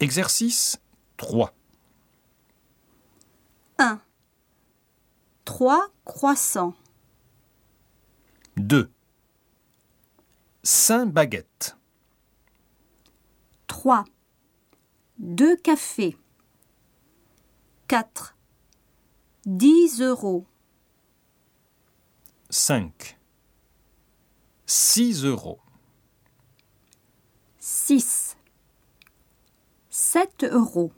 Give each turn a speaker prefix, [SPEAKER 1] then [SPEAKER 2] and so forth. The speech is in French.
[SPEAKER 1] Exercice 3.
[SPEAKER 2] 1. 3 croissants,
[SPEAKER 1] 2. 5 baguettes.
[SPEAKER 2] 3. 2 cafés, 4. 10 euros,
[SPEAKER 1] 5. 6 euros.
[SPEAKER 2] 6. 7 euros.